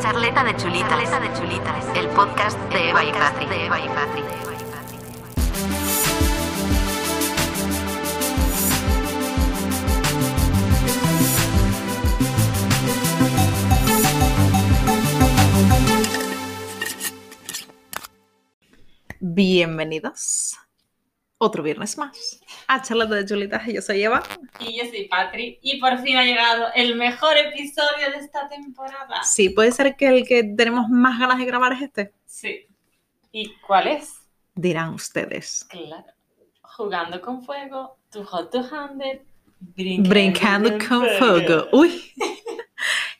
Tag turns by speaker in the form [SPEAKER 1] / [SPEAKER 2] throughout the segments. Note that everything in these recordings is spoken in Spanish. [SPEAKER 1] Charleta de chulitas. Charleta de chulitas. El podcast de Eva y Patri. De Eva y Patri.
[SPEAKER 2] Bienvenidos otro viernes más a Charlata de Chulitas. Yo soy Eva.
[SPEAKER 3] Y yo soy Patri. Y por fin ha llegado el mejor episodio de esta temporada.
[SPEAKER 2] Sí, puede ser que el que tenemos más ganas de grabar es este.
[SPEAKER 3] Sí. ¿Y cuál es?
[SPEAKER 2] Dirán ustedes.
[SPEAKER 3] Claro. Jugando con fuego, tu hot to handle,
[SPEAKER 2] Brincando con fuego. Uh, Uy.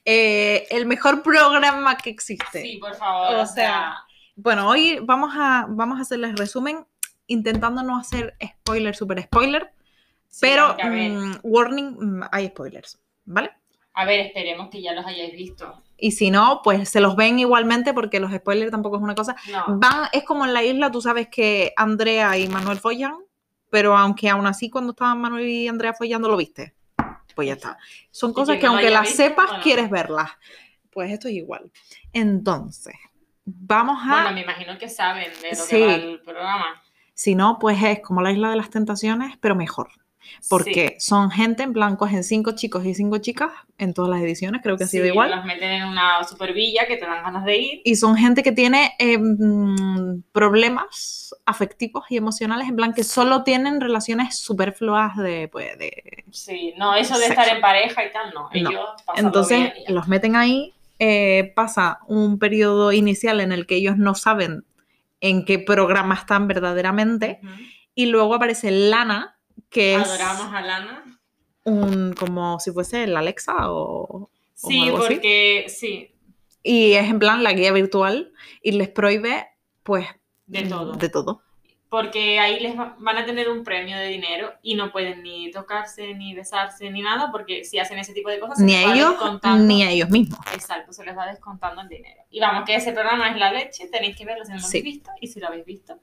[SPEAKER 2] Eh, el mejor programa que existe.
[SPEAKER 3] Sí, por favor.
[SPEAKER 2] O sea, Bueno, hoy vamos a, vamos a hacerles resumen intentando no hacer spoiler, super spoiler,
[SPEAKER 3] sí,
[SPEAKER 2] pero
[SPEAKER 3] porque, a, ver,
[SPEAKER 2] mm, warning, mm, hay spoilers, ¿vale?
[SPEAKER 3] a ver, esperemos que ya los hayáis visto.
[SPEAKER 2] Y si no, pues se los ven igualmente porque los spoilers tampoco es una cosa.
[SPEAKER 3] No.
[SPEAKER 2] Van, es como en la isla, tú sabes que Andrea y Manuel follan, pero aunque aún así cuando estaban Manuel y Andrea follando lo viste. Pues ya está. Son
[SPEAKER 3] Y
[SPEAKER 2] cosas
[SPEAKER 3] que
[SPEAKER 2] que
[SPEAKER 3] no
[SPEAKER 2] aunque
[SPEAKER 3] haya
[SPEAKER 2] las
[SPEAKER 3] visto,
[SPEAKER 2] sepas,
[SPEAKER 3] bueno.
[SPEAKER 2] quieres verlas. Pues esto es igual. Entonces, vamos a...
[SPEAKER 3] Bueno, me imagino que saben de lo
[SPEAKER 2] Sí.
[SPEAKER 3] que va el programa.
[SPEAKER 2] Si no, pues es como la isla de las tentaciones, pero mejor. Porque son gente en blanco, en cinco chicos y cinco chicas en todas las ediciones, creo que ha sido
[SPEAKER 3] Sí,
[SPEAKER 2] igual.
[SPEAKER 3] Los meten en una super villa que te dan ganas de ir.
[SPEAKER 2] Y son gente que tiene eh, mm, problemas afectivos y emocionales, en plan que solo tienen relaciones superfluas de... Pues, de...
[SPEAKER 3] Sí, no, eso de
[SPEAKER 2] Sexo.
[SPEAKER 3] estar en pareja y tal, no.
[SPEAKER 2] No.
[SPEAKER 3] Ellos pasan
[SPEAKER 2] Entonces los meten ahí, eh, pasa un periodo inicial en el que ellos no saben en qué programa están verdaderamente, y luego aparece Lana, que es...
[SPEAKER 3] Adoramos a Lana.
[SPEAKER 2] un como si fuese el Alexa o
[SPEAKER 3] Sí,
[SPEAKER 2] algo así.
[SPEAKER 3] porque sí,
[SPEAKER 2] y es en plan la guía virtual y les prohíbe pues
[SPEAKER 3] de todo.
[SPEAKER 2] de todo.
[SPEAKER 3] Porque ahí les va- van a tener un premio de dinero y no pueden ni tocarse, ni besarse, ni nada, porque si hacen ese tipo de cosas,
[SPEAKER 2] ni
[SPEAKER 3] se
[SPEAKER 2] a
[SPEAKER 3] les va
[SPEAKER 2] ellos
[SPEAKER 3] descontando.
[SPEAKER 2] ni a ellos mismos.
[SPEAKER 3] Exacto, se les va descontando el dinero. Y vamos, que ese programa es la leche, tenéis que verlo si no lo
[SPEAKER 2] Sí.
[SPEAKER 3] habéis visto, y si lo habéis visto,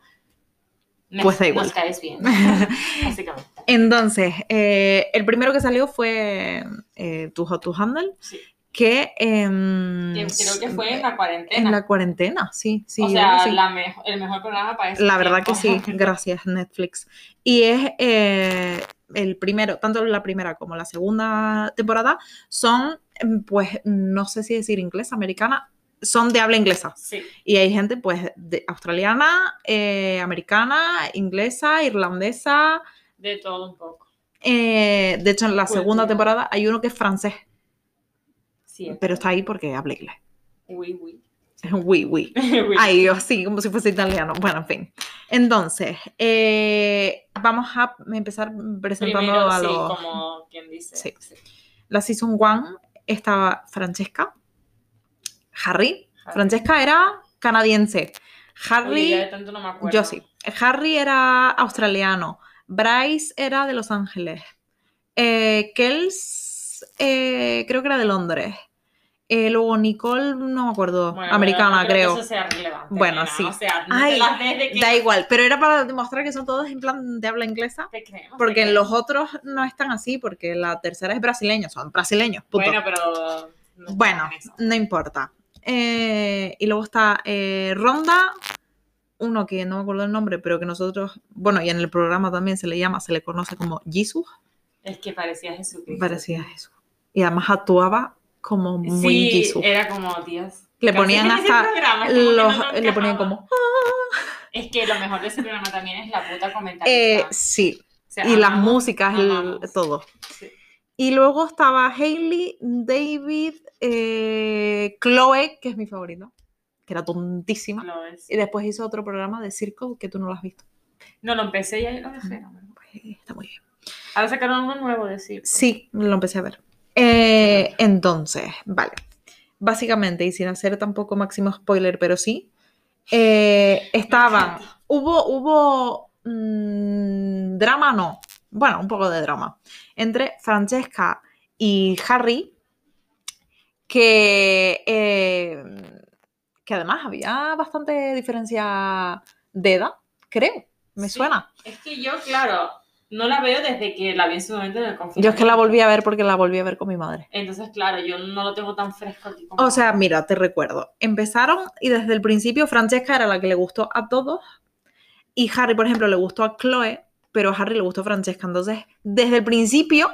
[SPEAKER 3] me-
[SPEAKER 2] Pues da igual.
[SPEAKER 3] nos caes bien. Básicamente.
[SPEAKER 2] Entonces, eh, el primero que salió fue eh, Tu Hot to Handle,
[SPEAKER 3] Sí.
[SPEAKER 2] que, em,
[SPEAKER 3] Que Creo que fue en la
[SPEAKER 2] en
[SPEAKER 3] cuarentena.
[SPEAKER 2] la cuarentena, sí, sí.
[SPEAKER 3] o
[SPEAKER 2] yo
[SPEAKER 3] sea,
[SPEAKER 2] creo que sí.
[SPEAKER 3] la mejo- el mejor programa para ese
[SPEAKER 2] La verdad que sí,
[SPEAKER 3] tiempo.
[SPEAKER 2] gracias Netflix. Y es eh, el primero, tanto la primera como la segunda temporada son, mm, pues, no sé si decir inglesa, americana, son de habla inglesa.
[SPEAKER 3] Sí.
[SPEAKER 2] Y hay gente, pues, de australiana, eh, americana, inglesa, irlandesa.
[SPEAKER 3] De todo un poco.
[SPEAKER 2] eh, de hecho, en la
[SPEAKER 3] Cultura.
[SPEAKER 2] segunda temporada hay uno que es francés,
[SPEAKER 3] Sí.
[SPEAKER 2] pero está ahí porque habla inglés.
[SPEAKER 3] Uy, uy.
[SPEAKER 2] Es un oui, oui.
[SPEAKER 3] Uy.
[SPEAKER 2] Ay, yo sí, como si fuese italiano. Bueno, en fin. Entonces, eh, vamos a empezar presentando
[SPEAKER 3] Primero,
[SPEAKER 2] a
[SPEAKER 3] sí,
[SPEAKER 2] los...
[SPEAKER 3] como quien dice.
[SPEAKER 2] Sí. La Season 1 estaba Francesca, Harry.
[SPEAKER 3] Harry.
[SPEAKER 2] Francesca era canadiense.
[SPEAKER 3] Oye,
[SPEAKER 2] Harry,
[SPEAKER 3] ya de tanto no me acuerdo.
[SPEAKER 2] yo sí. Harry era australiano. Bryce era de Los Ángeles. Eh, Kels eh, creo que era de Londres. Eh, luego Nicole, no me acuerdo,
[SPEAKER 3] Bueno,
[SPEAKER 2] americana
[SPEAKER 3] bueno,
[SPEAKER 2] creo.
[SPEAKER 3] Eso sea relevante,
[SPEAKER 2] Bueno,
[SPEAKER 3] nena,
[SPEAKER 2] sí.
[SPEAKER 3] O sea, no
[SPEAKER 2] Ay,
[SPEAKER 3] te las des de que
[SPEAKER 2] Da igual, pero era para demostrar que son todos en plan de habla inglesa.
[SPEAKER 3] te creemos, te
[SPEAKER 2] Porque en
[SPEAKER 3] creemos.
[SPEAKER 2] los otros no están así, porque la tercera es brasileña, son brasileños. punto.
[SPEAKER 3] Bueno, pero. no
[SPEAKER 2] Bueno,
[SPEAKER 3] estamos en eso.
[SPEAKER 2] no importa. Eh, y luego está eh, Ronda, uno que no me acuerdo el nombre, pero que nosotros, bueno, y en el programa también se le llama, se le conoce como Jesus,
[SPEAKER 3] Es que parecía Jesucristo.
[SPEAKER 2] parecía Jesús. Y además actuaba como
[SPEAKER 3] Sí,
[SPEAKER 2] muy Jesús.
[SPEAKER 3] era como, Dios.
[SPEAKER 2] Le
[SPEAKER 3] casi
[SPEAKER 2] ponían
[SPEAKER 3] en ese
[SPEAKER 2] hasta
[SPEAKER 3] programa, es como que
[SPEAKER 2] Los-
[SPEAKER 3] no nos
[SPEAKER 2] le ponían
[SPEAKER 3] encajaba.
[SPEAKER 2] como...
[SPEAKER 3] Es que lo mejor de ese programa también es la puta
[SPEAKER 2] Eh,
[SPEAKER 3] comentarista.
[SPEAKER 2] sí,
[SPEAKER 3] O sea,
[SPEAKER 2] y las
[SPEAKER 3] amamos-
[SPEAKER 2] músicas, el-
[SPEAKER 3] amamos.
[SPEAKER 2] todo.
[SPEAKER 3] Sí.
[SPEAKER 2] Y luego estaba Hailey, David, eh, Chloe, que es mi favorito, que era tontísima.
[SPEAKER 3] Lo es.
[SPEAKER 2] Y después hizo otro programa de circo que tú no lo has visto.
[SPEAKER 3] No, lo empecé y ahí lo dejé. no, bueno.
[SPEAKER 2] Pues, está muy bien.
[SPEAKER 3] Ahora sacaron uno nuevo de circo.
[SPEAKER 2] Sí, lo empecé a ver. Eh, entonces, vale. Básicamente, y sin hacer tampoco máximo spoiler, pero sí, eh, estaban. Hubo, hubo mm, drama, no. Bueno, un poco de drama. Entre Francesca y Harry, que, eh, que además había bastante diferencia de edad, creo. Me
[SPEAKER 3] Sí,
[SPEAKER 2] suena.
[SPEAKER 3] Es que yo, claro, no la veo desde que la vi en su momento en el conflicto.
[SPEAKER 2] Yo es que la volví a ver porque la volví a ver con mi madre.
[SPEAKER 3] Entonces, claro, yo no lo tengo tan fresco aquí. como-
[SPEAKER 2] O sea, mira, te recuerdo. Empezaron y desde el principio Francesca era la que le gustó a todos. Y Harry, por ejemplo, le gustó a Chloe, pero a Harry le gustó Francesca. Entonces, desde el principio,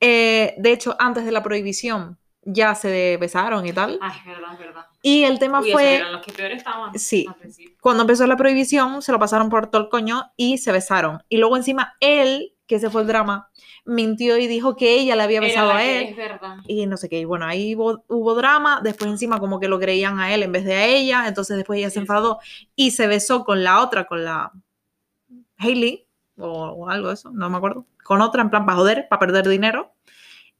[SPEAKER 2] eh, de hecho, antes de la prohibición, ya se besaron y tal.
[SPEAKER 3] Ay, es verdad, es verdad.
[SPEAKER 2] Y el tema
[SPEAKER 3] Ah, Uy, Ah. esos
[SPEAKER 2] fue.
[SPEAKER 3] eran los que peor estaban.
[SPEAKER 2] Sí.
[SPEAKER 3] al principio.
[SPEAKER 2] cuando empezó la prohibición, se lo pasaron por todo el coño y se besaron. Y luego encima él, que ese fue el drama, mintió y dijo que ella le había
[SPEAKER 3] Era
[SPEAKER 2] besado
[SPEAKER 3] la
[SPEAKER 2] a
[SPEAKER 3] que-
[SPEAKER 2] él.
[SPEAKER 3] Es verdad.
[SPEAKER 2] Y no sé qué, y bueno, ahí hubo, hubo drama, después encima como que lo creían a él en vez de a ella, entonces después ella
[SPEAKER 3] Sí, sí.
[SPEAKER 2] se enfadó y se besó con la otra, con la Hailey o, o algo de eso, no me acuerdo, con otra en plan para joder, para perder dinero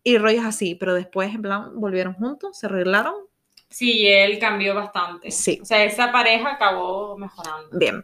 [SPEAKER 2] y rollos así, pero después en plan volvieron juntos, se arreglaron,
[SPEAKER 3] Sí, y él cambió bastante.
[SPEAKER 2] Sí.
[SPEAKER 3] O sea, esa pareja acabó mejorando.
[SPEAKER 2] Bien.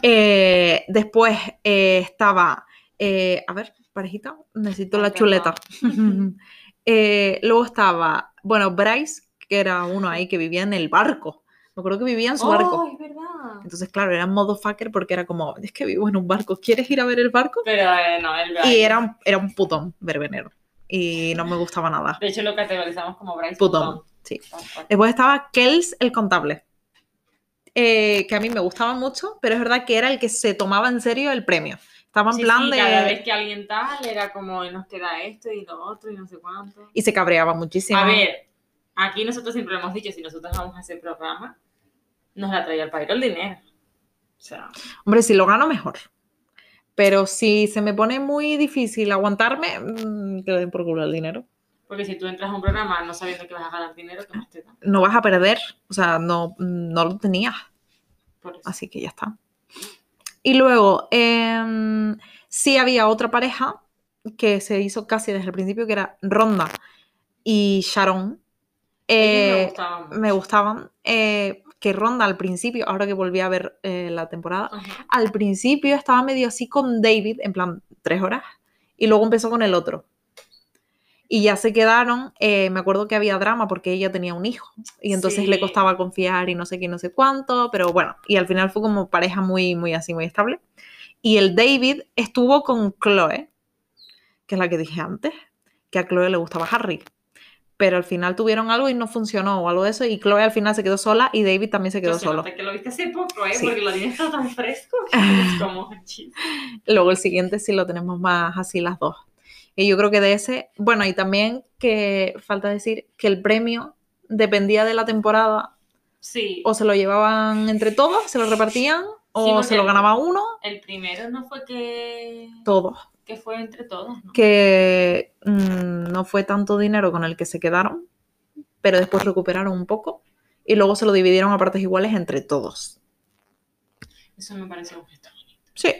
[SPEAKER 2] Eh, después eh, estaba, eh, a ver, parejita, necesito la
[SPEAKER 3] Ay,
[SPEAKER 2] chuleta.
[SPEAKER 3] perdón.
[SPEAKER 2] Eh, luego estaba, bueno, Bryce, que era uno ahí que vivía en el barco. Me acuerdo que vivía en su
[SPEAKER 3] Oh,
[SPEAKER 2] barco.
[SPEAKER 3] es verdad.
[SPEAKER 2] Entonces, claro, era motherfucker porque era como, es que vivo en un barco, ¿quieres ir a ver el barco?
[SPEAKER 3] Pero eh, no, él
[SPEAKER 2] Y era un, era un putón verbenero. Y no me gustaba nada.
[SPEAKER 3] De hecho, lo categorizamos como Bryce
[SPEAKER 2] Putón, sí. Después estaba Kells el contable, eh, que a mí me gustaba mucho, pero es verdad que era el que se tomaba en serio el premio. Estaba en
[SPEAKER 3] Sí,
[SPEAKER 2] plan
[SPEAKER 3] sí,
[SPEAKER 2] de...
[SPEAKER 3] cada vez que alguien tal era como "Y nos queda esto y lo otro y no sé cuánto.
[SPEAKER 2] Y se cabreaba muchísimo.
[SPEAKER 3] A ver, aquí nosotros siempre lo hemos dicho, si nosotros vamos a hacer programa, nos la traía el pairo el dinero. O sea,
[SPEAKER 2] Hombre, si lo gano, mejor. Pero si se me pone muy difícil aguantarme, mm, que le den por culo el dinero.
[SPEAKER 3] porque si tú entras a un programa no sabiendo que vas a ganar dinero, pues, este, que más te da.
[SPEAKER 2] No vas a perder, o sea, no, mm, no lo tenías,
[SPEAKER 3] Por eso.
[SPEAKER 2] así que ya está. Y luego, em, sí había otra pareja que se hizo casi desde el principio, que era Ronda y Sharon.
[SPEAKER 3] Ellos me
[SPEAKER 2] Eh,
[SPEAKER 3] gustaban mucho.
[SPEAKER 2] me gustaban. eh, que Ronda al principio, ahora que volví a ver eh, la temporada,
[SPEAKER 3] Ajá.
[SPEAKER 2] al principio estaba medio así con David, en plan tres horas, y luego empezó con el otro. Y ya se quedaron, eh, me acuerdo que había drama porque ella tenía un hijo, y entonces le
[SPEAKER 3] Sí.
[SPEAKER 2] costaba confiar y no sé qué, no sé cuánto, pero bueno, y al final fue como pareja muy, muy así, muy estable. Y el David estuvo con Chloe, que es la que dije antes, que a Chloe le gustaba Harry. Pero al final tuvieron algo y no funcionó o algo de eso, y Chloe al final se quedó sola y David también se quedó
[SPEAKER 3] Yo se
[SPEAKER 2] solo.
[SPEAKER 3] nota que lo viste hace poco, ¿eh?
[SPEAKER 2] Sí.
[SPEAKER 3] Porque lo tienes todo tan fresco. que es como un chiste.
[SPEAKER 2] Luego el siguiente sí lo tenemos más así las dos. Y yo creo que de ese, bueno, y también que falta decir que el premio dependía de la temporada,
[SPEAKER 3] Sí.
[SPEAKER 2] o se lo llevaban entre todos, se lo repartían,
[SPEAKER 3] Sí,
[SPEAKER 2] o
[SPEAKER 3] porque-
[SPEAKER 2] se lo ganaba uno,
[SPEAKER 3] El primero no fue que,
[SPEAKER 2] todos.
[SPEAKER 3] que fue entre todos, ¿no?
[SPEAKER 2] Que mm, no fue tanto dinero con el que se quedaron, pero después recuperaron un poco y luego se lo dividieron a partes iguales entre todos.
[SPEAKER 3] Eso me pareció un gesto.
[SPEAKER 2] Sí.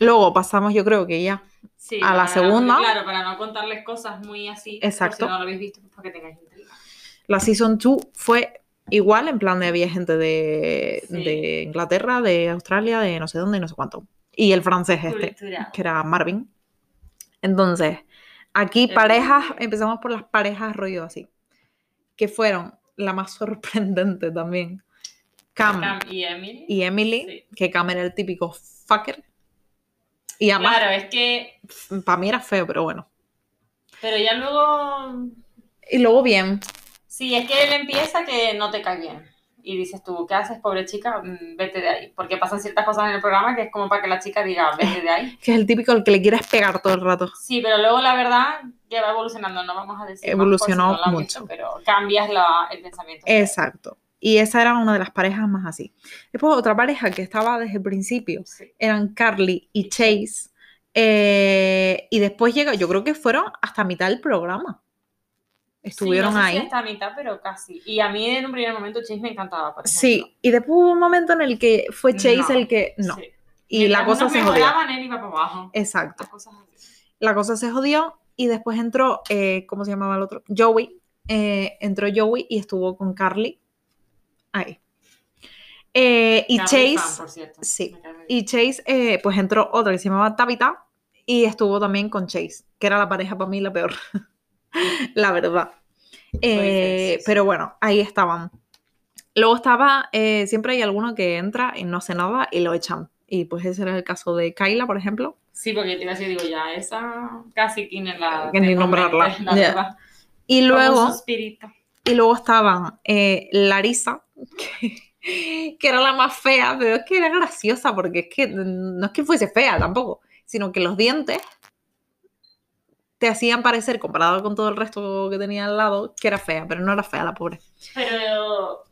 [SPEAKER 2] Luego pasamos, yo creo que ya.
[SPEAKER 3] Sí,
[SPEAKER 2] A la
[SPEAKER 3] para-
[SPEAKER 2] segunda.
[SPEAKER 3] Claro, para no contarles cosas muy así. por
[SPEAKER 2] Exacto. Este.
[SPEAKER 3] Si no lo habéis visto, pues para que tengáis intriga.
[SPEAKER 2] La Season 2 fue igual, en plan de había gente de,
[SPEAKER 3] Sí.
[SPEAKER 2] de Inglaterra, de Australia, de no sé dónde y no sé cuánto. Y el francés este,
[SPEAKER 3] Cultura.
[SPEAKER 2] que era Marvin. Entonces, aquí
[SPEAKER 3] El-
[SPEAKER 2] parejas, empezamos por las parejas rollo así, que fueron la más sorprendente también. Cam,
[SPEAKER 3] Cam y Emily.
[SPEAKER 2] y Emily,
[SPEAKER 3] Sí.
[SPEAKER 2] que Cam era el típico fucker. Y además,
[SPEAKER 3] Claro, es que.
[SPEAKER 2] para mí era feo, pero bueno.
[SPEAKER 3] Pero ya luego.
[SPEAKER 2] Y luego bien,
[SPEAKER 3] Sí, es que él empieza que no te cae bien. Y dices tú, ¿qué haces, pobre chica? Mm, Vete de ahí. Porque pasan ciertas cosas en el programa que es como para que la chica diga, vete de ahí.
[SPEAKER 2] que es el típico al que le quieres pegar todo el rato.
[SPEAKER 3] Sí, pero luego la verdad que va evolucionando, no vamos a decir. más por
[SPEAKER 2] Evolucionó
[SPEAKER 3] si no lo han visto,
[SPEAKER 2] mucho.
[SPEAKER 3] pero cambias la- el pensamiento.
[SPEAKER 2] Exacto. Y esa era una de las parejas más así. Después otra pareja que estaba desde el principio
[SPEAKER 3] Sí.
[SPEAKER 2] eran Carly y Chase. Eh, y después llega, yo creo que fueron hasta mitad del programa. Estuvieron
[SPEAKER 3] Sí, no sé si
[SPEAKER 2] ahí.
[SPEAKER 3] hasta a mitad, pero casi. Y a mí en un primer momento Chase me encantaba. por ejemplo.
[SPEAKER 2] Sí, y después hubo un momento en el que fue Chase
[SPEAKER 3] No,
[SPEAKER 2] el que... No.
[SPEAKER 3] Sí.
[SPEAKER 2] Y
[SPEAKER 3] Mientras
[SPEAKER 2] la cosa
[SPEAKER 3] unos
[SPEAKER 2] se jodió. Eh,
[SPEAKER 3] mejoraban, él iba para abajo.
[SPEAKER 2] Exacto.
[SPEAKER 3] Las cosas así.
[SPEAKER 2] La cosa se jodió y después entró, eh, ¿cómo se llamaba el otro? Joey. Eh, entró Joey y estuvo con Carly. Ahí. Eh, y
[SPEAKER 3] Carly
[SPEAKER 2] Chase...
[SPEAKER 3] fan, por cierto.
[SPEAKER 2] sí.
[SPEAKER 3] Me cae muy bien.
[SPEAKER 2] Y Chase, eh, pues entró otra que se llamaba Tabitha y estuvo también con Chase, que era la pareja para mí la peor, la verdad. Eh,
[SPEAKER 3] sí, sí.
[SPEAKER 2] pero bueno, ahí estaban. Luego estaba, eh, siempre hay alguno que entra y no hace nada y lo echan. Y pues ese era el caso de Kyla, por ejemplo,
[SPEAKER 3] Sí, porque te iba a decir, digo, ya, esa casi que ni la...
[SPEAKER 2] Que ni nombrarla. Ya.
[SPEAKER 3] la verdad.
[SPEAKER 2] Y
[SPEAKER 3] Como
[SPEAKER 2] luego...
[SPEAKER 3] un suspirito.
[SPEAKER 2] Y luego estaban eh, Larisa, que, que era la más fea, pero es que era graciosa, porque es que no es que fuese fea tampoco, sino que los dientes te hacían parecer, comparado con todo el resto que tenía al lado, que era fea, pero no era fea la pobre.
[SPEAKER 3] Pero,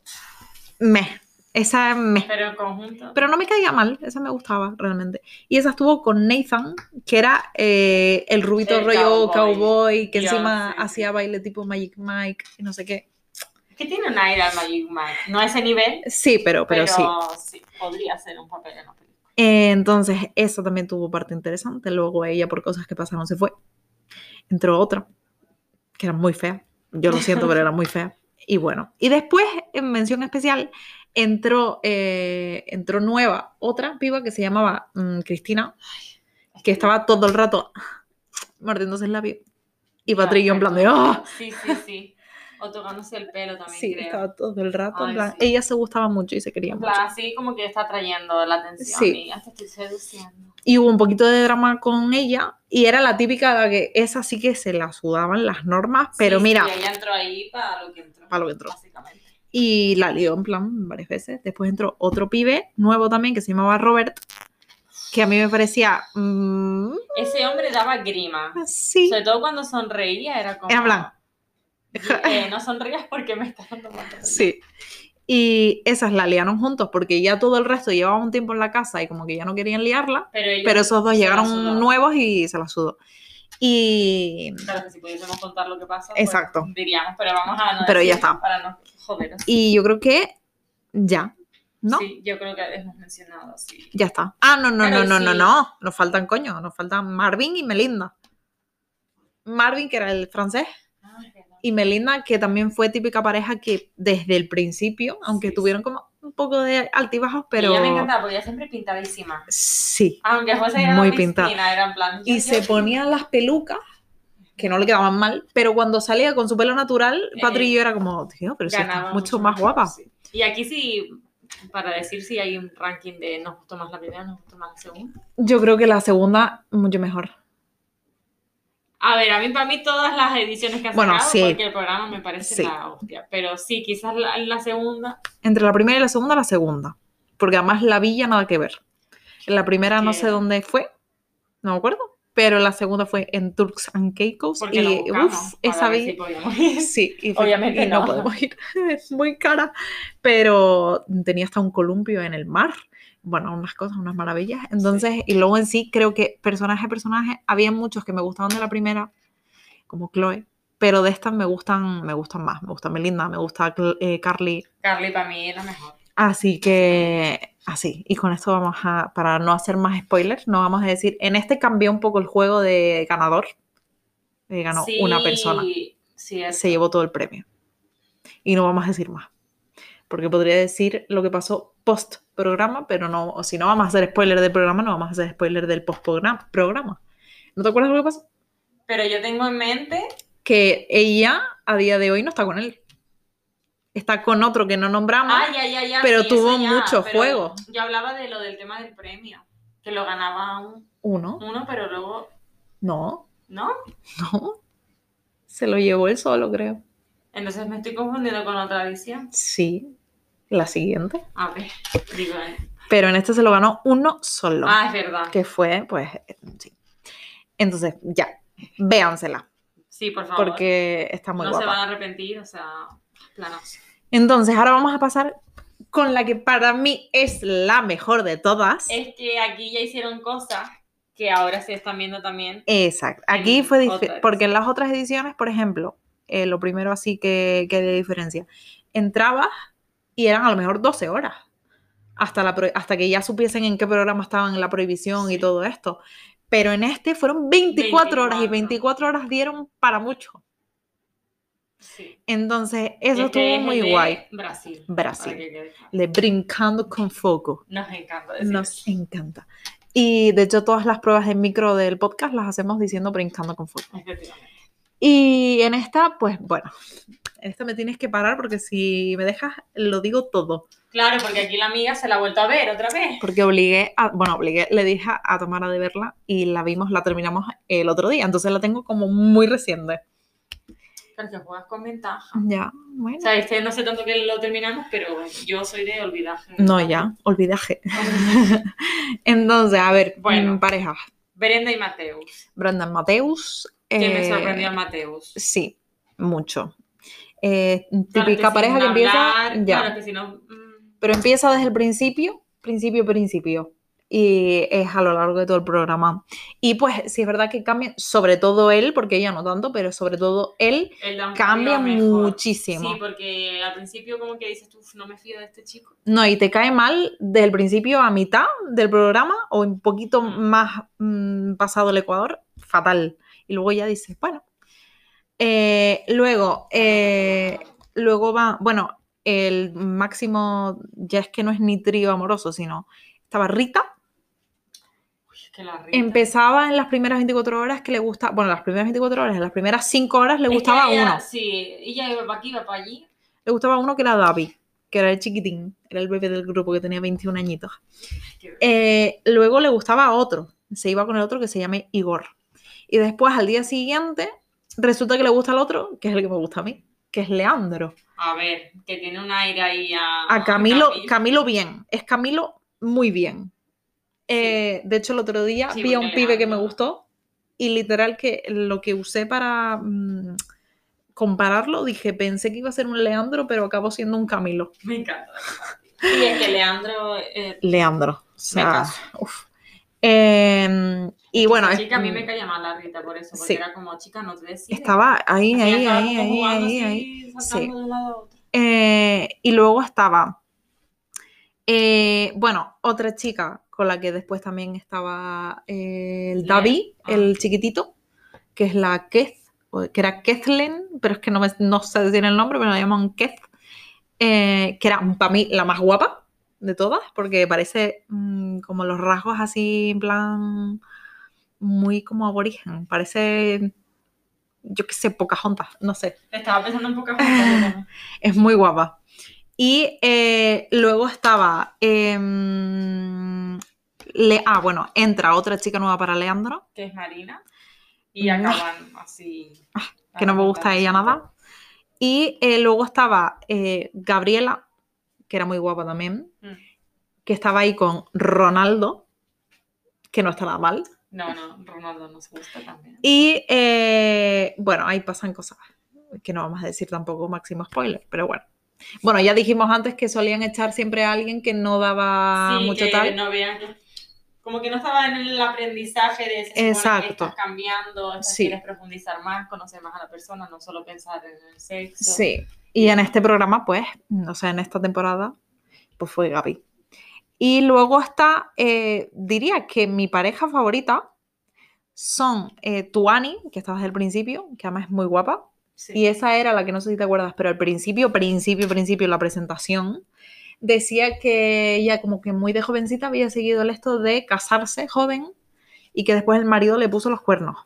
[SPEAKER 2] Me, esa es me.
[SPEAKER 3] pero en conjunto.
[SPEAKER 2] Pero no me caía mal, esa me gustaba realmente. Y esa estuvo con Nathan, que era eh, el rubito
[SPEAKER 3] El
[SPEAKER 2] rollo cowboy,
[SPEAKER 3] cowboy.
[SPEAKER 2] que
[SPEAKER 3] Ya,
[SPEAKER 2] encima
[SPEAKER 3] sí, sí.
[SPEAKER 2] hacía baile tipo Magic Mike y no sé qué.
[SPEAKER 3] Es que tiene un aire al Magic Mike. No a ese nivel,
[SPEAKER 2] Sí, pero,
[SPEAKER 3] pero,
[SPEAKER 2] pero sí.
[SPEAKER 3] sí, podría ser un papel en la película.
[SPEAKER 2] Eh, Entonces, eso también tuvo parte interesante. Luego ella, por cosas que pasaron, se fue. Entró otra, que era muy fea. Yo lo siento, pero era muy fea. Y bueno, y después, en mención especial, entró, eh, entró nueva, otra piba que se llamaba mm, Cristina, que estaba todo el rato mordiéndose el labio. Y Patrillo en plan de, ¡ah!
[SPEAKER 3] Sí, sí, sí. O tocándose el pelo también,
[SPEAKER 2] Sí,
[SPEAKER 3] creo.
[SPEAKER 2] estaba todo el rato. en
[SPEAKER 3] Ay,
[SPEAKER 2] plan-
[SPEAKER 3] sí.
[SPEAKER 2] Ella se gustaba mucho y se quería
[SPEAKER 3] En
[SPEAKER 2] mucho.
[SPEAKER 3] plan, así como que está atrayendo la atención.
[SPEAKER 2] Sí.
[SPEAKER 3] Y ya te estoy seduciendo.
[SPEAKER 2] y hubo un poquito de drama con ella y era la típica de la que esa sí que se la sudaban las normas, pero
[SPEAKER 3] Sí,
[SPEAKER 2] mira,
[SPEAKER 3] Sí, ella entró ahí para lo que entró.
[SPEAKER 2] Pa' lo que entró.
[SPEAKER 3] Básicamente.
[SPEAKER 2] y la lió en plan varias veces. Después entró otro pibe nuevo también que se llamaba Robert, que a mí me parecía, mm,
[SPEAKER 3] Ese hombre daba grima.
[SPEAKER 2] sí,
[SPEAKER 3] Sobre todo cuando sonreía, era como.
[SPEAKER 2] Era blanco.
[SPEAKER 3] Eh, no sonrías porque me estás dando mal.
[SPEAKER 2] sí. Y esas la liaron juntos porque ya todo el resto llevaba un tiempo en la casa y como que ya no querían liarla,
[SPEAKER 3] Pero, ellos,
[SPEAKER 2] pero esos dos
[SPEAKER 3] se la
[SPEAKER 2] llegaron
[SPEAKER 3] sudaban.
[SPEAKER 2] nuevos y se la sudó. Y
[SPEAKER 3] Claro, que si pudiésemos contar lo que pasa, pues,
[SPEAKER 2] Exacto.
[SPEAKER 3] diríamos, pero vamos a no
[SPEAKER 2] Pero ya
[SPEAKER 3] decir
[SPEAKER 2] está.
[SPEAKER 3] para no joderos.
[SPEAKER 2] y yo creo que ya, ¿no?
[SPEAKER 3] Sí, yo creo que hemos mencionado, sí.
[SPEAKER 2] Ya está. Ah, no, no,
[SPEAKER 3] Claro,
[SPEAKER 2] no, no,
[SPEAKER 3] sí.
[SPEAKER 2] no, no. Nos faltan, coño, nos faltan Marvin y Melinda. Marvin, que era el francés,
[SPEAKER 3] Ay, perdón.
[SPEAKER 2] y Melinda, que también fue típica pareja que desde el principio, aunque
[SPEAKER 3] Sí,
[SPEAKER 2] tuvieron como un poco de altibajos,
[SPEAKER 3] Y
[SPEAKER 2] pero
[SPEAKER 3] Ella me encantaba porque ella siempre pintadísima.
[SPEAKER 2] sí.
[SPEAKER 3] Aunque fuese era
[SPEAKER 2] Muy
[SPEAKER 3] una piscina,
[SPEAKER 2] pintada.
[SPEAKER 3] Era en plan,
[SPEAKER 2] Y
[SPEAKER 3] yo-
[SPEAKER 2] se
[SPEAKER 3] yo-
[SPEAKER 2] ponían las pelucas, que no le quedaban mal, pero cuando salía con su pelo natural,
[SPEAKER 3] Eh,
[SPEAKER 2] Patrillo era como, tío, pero si
[SPEAKER 3] ganaba
[SPEAKER 2] estás mucho
[SPEAKER 3] mucho
[SPEAKER 2] más
[SPEAKER 3] más,
[SPEAKER 2] guapa.
[SPEAKER 3] Y aquí sí, para decir si hay un ranking de nos gustó más la primera, nos gustó más la segunda.
[SPEAKER 2] Yo creo que la segunda, mucho mejor.
[SPEAKER 3] A ver, a mí, para mí, todas las ediciones que han
[SPEAKER 2] Bueno,
[SPEAKER 3] sacado,
[SPEAKER 2] sí.
[SPEAKER 3] porque el programa me parece
[SPEAKER 2] Sí.
[SPEAKER 3] la hostia. Pero sí, quizás la, la segunda.
[SPEAKER 2] entre la primera y la segunda, la segunda. Porque además la villa nada que ver. En la primera no
[SPEAKER 3] Que-
[SPEAKER 2] sé dónde fue, no me acuerdo, pero la segunda fue en Turks and Caicos
[SPEAKER 3] Porque
[SPEAKER 2] y
[SPEAKER 3] lo buscamos,
[SPEAKER 2] uf,
[SPEAKER 3] para
[SPEAKER 2] esa
[SPEAKER 3] ver si
[SPEAKER 2] villa.
[SPEAKER 3] podíamos ir.
[SPEAKER 2] Sí, y fue-
[SPEAKER 3] Obviamente
[SPEAKER 2] y no.
[SPEAKER 3] no.
[SPEAKER 2] podemos ir, es muy cara, pero tenía hasta un columpio en el mar, bueno, unas cosas, unas maravillas. Entonces, y luego en sí, creo que personaje a personaje, había muchos que me gustaban de la primera, como Chloe, pero de estas me gustan, me gustan más, me gusta Melinda, me gusta Cl- eh, Carly,
[SPEAKER 3] Carly, para mí, es la mejor.
[SPEAKER 2] Así que, así, y con esto vamos a, para no hacer más spoilers, no vamos a decir, en este cambió un poco el juego de ganador, Eh, ganó
[SPEAKER 3] Sí,
[SPEAKER 2] una persona,
[SPEAKER 3] Sí, es.
[SPEAKER 2] se llevó todo el premio. Y no vamos a decir más, porque podría decir lo que pasó post programa, pero no, o si no vamos a hacer spoiler del programa, no vamos a hacer spoiler del post programa. programa. ¿No te acuerdas lo que pasó?
[SPEAKER 3] Pero yo tengo en mente
[SPEAKER 2] Que ella a día de hoy no está con él. Está con otro que no nombramos.
[SPEAKER 3] Ah, ya, ya, ya,
[SPEAKER 2] Pero
[SPEAKER 3] sí,
[SPEAKER 2] tuvo
[SPEAKER 3] eso ya,
[SPEAKER 2] mucho
[SPEAKER 3] pero
[SPEAKER 2] juego.
[SPEAKER 3] Yo hablaba de lo del tema del premio, que lo ganaba un-
[SPEAKER 2] Uno.
[SPEAKER 3] uno, pero luego,
[SPEAKER 2] No,
[SPEAKER 3] ¿no?
[SPEAKER 2] No. Se lo llevó él solo, creo.
[SPEAKER 3] Entonces me estoy confundiendo con otra edición.
[SPEAKER 2] Sí. La siguiente.
[SPEAKER 3] A ver, digo, eh.
[SPEAKER 2] Pero en este se lo ganó uno solo.
[SPEAKER 3] ah, es verdad.
[SPEAKER 2] Que fue, pues, eh, sí. Entonces, ya. Véansela.
[SPEAKER 3] Sí, por favor.
[SPEAKER 2] Porque está muy
[SPEAKER 3] no se
[SPEAKER 2] guapa.
[SPEAKER 3] van a arrepentir, o sea, planos.
[SPEAKER 2] Entonces, ahora vamos a pasar con la que para mí es la mejor de todas.
[SPEAKER 3] Es que aquí ya hicieron cosas que ahora se están viendo también.
[SPEAKER 2] Exacto. Aquí
[SPEAKER 3] en
[SPEAKER 2] fue difi-
[SPEAKER 3] otras.
[SPEAKER 2] porque en las otras ediciones, por ejemplo, eh, lo primero así que, que de diferencia, entrabas y eran a lo mejor 12 horas. Hasta, la pro- hasta que ya supiesen en qué programa estaban en la prohibición y
[SPEAKER 3] Sí.
[SPEAKER 2] todo esto. Pero en este fueron 24, horas y
[SPEAKER 3] 24.
[SPEAKER 2] 24 horas dieron para mucho.
[SPEAKER 3] Sí.
[SPEAKER 2] Entonces, eso
[SPEAKER 3] Este
[SPEAKER 2] estuvo
[SPEAKER 3] es el
[SPEAKER 2] muy
[SPEAKER 3] de
[SPEAKER 2] guay.
[SPEAKER 3] Brasil. para
[SPEAKER 2] Brasil.
[SPEAKER 3] que quede claro.
[SPEAKER 2] De brincando con foco.
[SPEAKER 3] Nos encanta decir
[SPEAKER 2] Nos
[SPEAKER 3] eso.
[SPEAKER 2] encanta. Y de hecho, todas las pruebas de micro del podcast las hacemos diciendo brincando con foco.
[SPEAKER 3] Efectivamente.
[SPEAKER 2] Y en esta, pues bueno, en esta me tienes que parar porque si me dejas, lo digo todo.
[SPEAKER 3] Claro, porque aquí la amiga se la ha vuelto a ver otra vez.
[SPEAKER 2] Porque obligué, a, bueno, obligué, le dije a Tamara de verla y la vimos, la terminamos el otro día. Entonces la tengo como muy reciente.
[SPEAKER 3] Porque juegas con ventaja.
[SPEAKER 2] Ya, bueno.
[SPEAKER 3] O sea, este no sé tanto que lo terminamos, pero yo soy de olvidar.
[SPEAKER 2] No, ya, olvidaje. Entonces, a ver,
[SPEAKER 3] Bueno.
[SPEAKER 2] mm, parejas.
[SPEAKER 3] Brenda y Mateus.
[SPEAKER 2] Brandon Mateus.
[SPEAKER 3] Que me
[SPEAKER 2] eh,
[SPEAKER 3] sorprendió a Mateus.
[SPEAKER 2] Sí, mucho. Eh,
[SPEAKER 3] Claro,
[SPEAKER 2] típica
[SPEAKER 3] sin
[SPEAKER 2] pareja que empieza.
[SPEAKER 3] hablar,
[SPEAKER 2] ya.
[SPEAKER 3] Claro, que si no. mm,
[SPEAKER 2] pero empieza desde el principio, principio, principio. Y es a lo largo de todo el programa. Y pues sí es verdad que cambia, sobre todo él, porque ella no tanto, pero sobre todo él
[SPEAKER 3] él da un
[SPEAKER 2] cambia
[SPEAKER 3] giro mejor.
[SPEAKER 2] muchísimo.
[SPEAKER 3] Sí, porque al principio como que dices, uff, no me fío de este chico.
[SPEAKER 2] No, y te cae mal desde el principio a mitad del programa o un poquito más mm, pasado el Ecuador, fatal. Y luego ya dices, bueno. Eh, luego, eh, luego va, bueno, el máximo ya es que no es ni trío amoroso, sino estaba Rita,
[SPEAKER 3] Uy, que la Rita.
[SPEAKER 2] empezaba en las primeras 24 horas que le gusta, bueno, las primeras 24 horas, en las primeras 5 horas le
[SPEAKER 3] Es que
[SPEAKER 2] gustaba
[SPEAKER 3] ella-
[SPEAKER 2] uno.
[SPEAKER 3] Sí, ella iba para aquí, iba para allí.
[SPEAKER 2] Le gustaba uno que era David, que era el chiquitín, era el bebé del grupo que tenía 21 añitos.
[SPEAKER 3] Qué-
[SPEAKER 2] Eh, luego le gustaba otro, se iba con el otro que se llama Igor. Y después al día siguiente resulta que le gusta al otro, que es el que me gusta a mí, que es Leandro.
[SPEAKER 3] A ver, que tiene un aire ahí a.
[SPEAKER 2] A Camilo, Camilo bien, es Camilo muy bien. Eh, de hecho, el otro día
[SPEAKER 3] Sí,
[SPEAKER 2] vi a
[SPEAKER 3] porque
[SPEAKER 2] un pibe que me
[SPEAKER 3] Leandro-
[SPEAKER 2] gustó y literal que lo que usé para mm, compararlo, dije, pensé que iba a ser un Leandro, pero acabó siendo un Camilo.
[SPEAKER 3] Me encanta. Y es que Leandro. eh,
[SPEAKER 2] Leandro. O sea,
[SPEAKER 3] caso.
[SPEAKER 2] uf. Eh, y bueno,
[SPEAKER 3] esa
[SPEAKER 2] es- mm,
[SPEAKER 3] chica a mí me caía mal la Rita por eso, porque
[SPEAKER 2] sí.
[SPEAKER 3] era como chica, no te decides.
[SPEAKER 2] estaba ahí,
[SPEAKER 3] Ella
[SPEAKER 2] ahí,
[SPEAKER 3] estaba
[SPEAKER 2] ahí,
[SPEAKER 3] como
[SPEAKER 2] ahí,
[SPEAKER 3] jugando
[SPEAKER 2] ahí,
[SPEAKER 3] así,
[SPEAKER 2] ahí.
[SPEAKER 3] saltando de un lado a otro.
[SPEAKER 2] Eh, y luego estaba, eh, bueno, otra chica con la que después también estaba eh, el
[SPEAKER 3] Lea.
[SPEAKER 2] David,
[SPEAKER 3] Ah.
[SPEAKER 2] el chiquitito, que es la Kez, o- que era Kezlen, pero es que no, me, no sé decir el nombre, pero la llaman Kez, eh, que era para mí la más guapa de todas, porque parece mm, como los rasgos así, en plan, muy como aborigen, parece, yo qué sé, Pocahontas, no sé
[SPEAKER 3] Estaba pensando un poco juntas.
[SPEAKER 2] es muy guapa. Y eh, luego estaba. em, Le- ah, bueno, entra otra chica nueva para Leandro,
[SPEAKER 3] que es Marina. Y
[SPEAKER 2] No.
[SPEAKER 3] acaban así.
[SPEAKER 2] Ah, que no me gusta ella nada. Y eh, luego estaba eh, Gabriela, que era muy guapa también,
[SPEAKER 3] Mm.
[SPEAKER 2] que estaba ahí con Ronaldo, que no está nada mal.
[SPEAKER 3] No, no, Ronaldo nos gusta también.
[SPEAKER 2] Y eh, bueno, ahí pasan cosas que no vamos a decir tampoco máximo spoiler, pero bueno. Bueno, ya dijimos antes que solían echar siempre a alguien que no daba
[SPEAKER 3] sí,
[SPEAKER 2] ah,
[SPEAKER 3] eh,
[SPEAKER 2] mucho
[SPEAKER 3] que
[SPEAKER 2] tal.
[SPEAKER 3] no vean que- Como que no estaba en el aprendizaje de se supone que
[SPEAKER 2] Exacto.
[SPEAKER 3] estás cambiando, estás-
[SPEAKER 2] Sí.
[SPEAKER 3] quieres profundizar más, conocer más a la persona, no solo pensar en el sexo.
[SPEAKER 2] Sí, y en este programa, pues, o sea, en esta temporada, pues fue Gaby. Y luego está, eh, diría que mi pareja favorita son eh, Tuani, que estaba desde el principio, que además es muy guapa,
[SPEAKER 3] Sí.
[SPEAKER 2] y esa era la que no sé si te acuerdas, pero al principio, principio, principio, la presentación, decía que ella como que muy de jovencita había seguido el esto de casarse joven y que después el marido le puso los cuernos.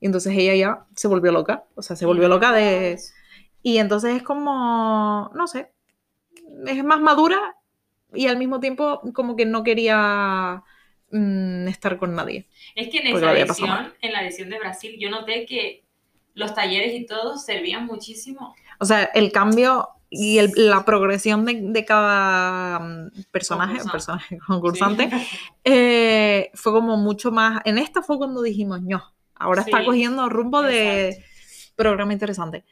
[SPEAKER 2] Y entonces ella ya se volvió loca, o sea, se volvió loca de... Y entonces es como, no sé, es más madura y al mismo tiempo como que no quería mm, estar con nadie.
[SPEAKER 3] Es que en
[SPEAKER 2] Porque lo
[SPEAKER 3] esa
[SPEAKER 2] había pasado
[SPEAKER 3] edición, en la edición de Brasil, yo noté que los talleres y todo servían muchísimo.
[SPEAKER 2] O sea, el cambio y el- la progresión de, de cada mm, personaje,
[SPEAKER 3] Concursante.
[SPEAKER 2] personaje concursante,
[SPEAKER 3] Sí.
[SPEAKER 2] eh, fue como mucho más... En esta fue cuando dijimos, no, ahora está
[SPEAKER 3] Sí,
[SPEAKER 2] cogiendo rumbo de
[SPEAKER 3] exacto.
[SPEAKER 2] programa interesante.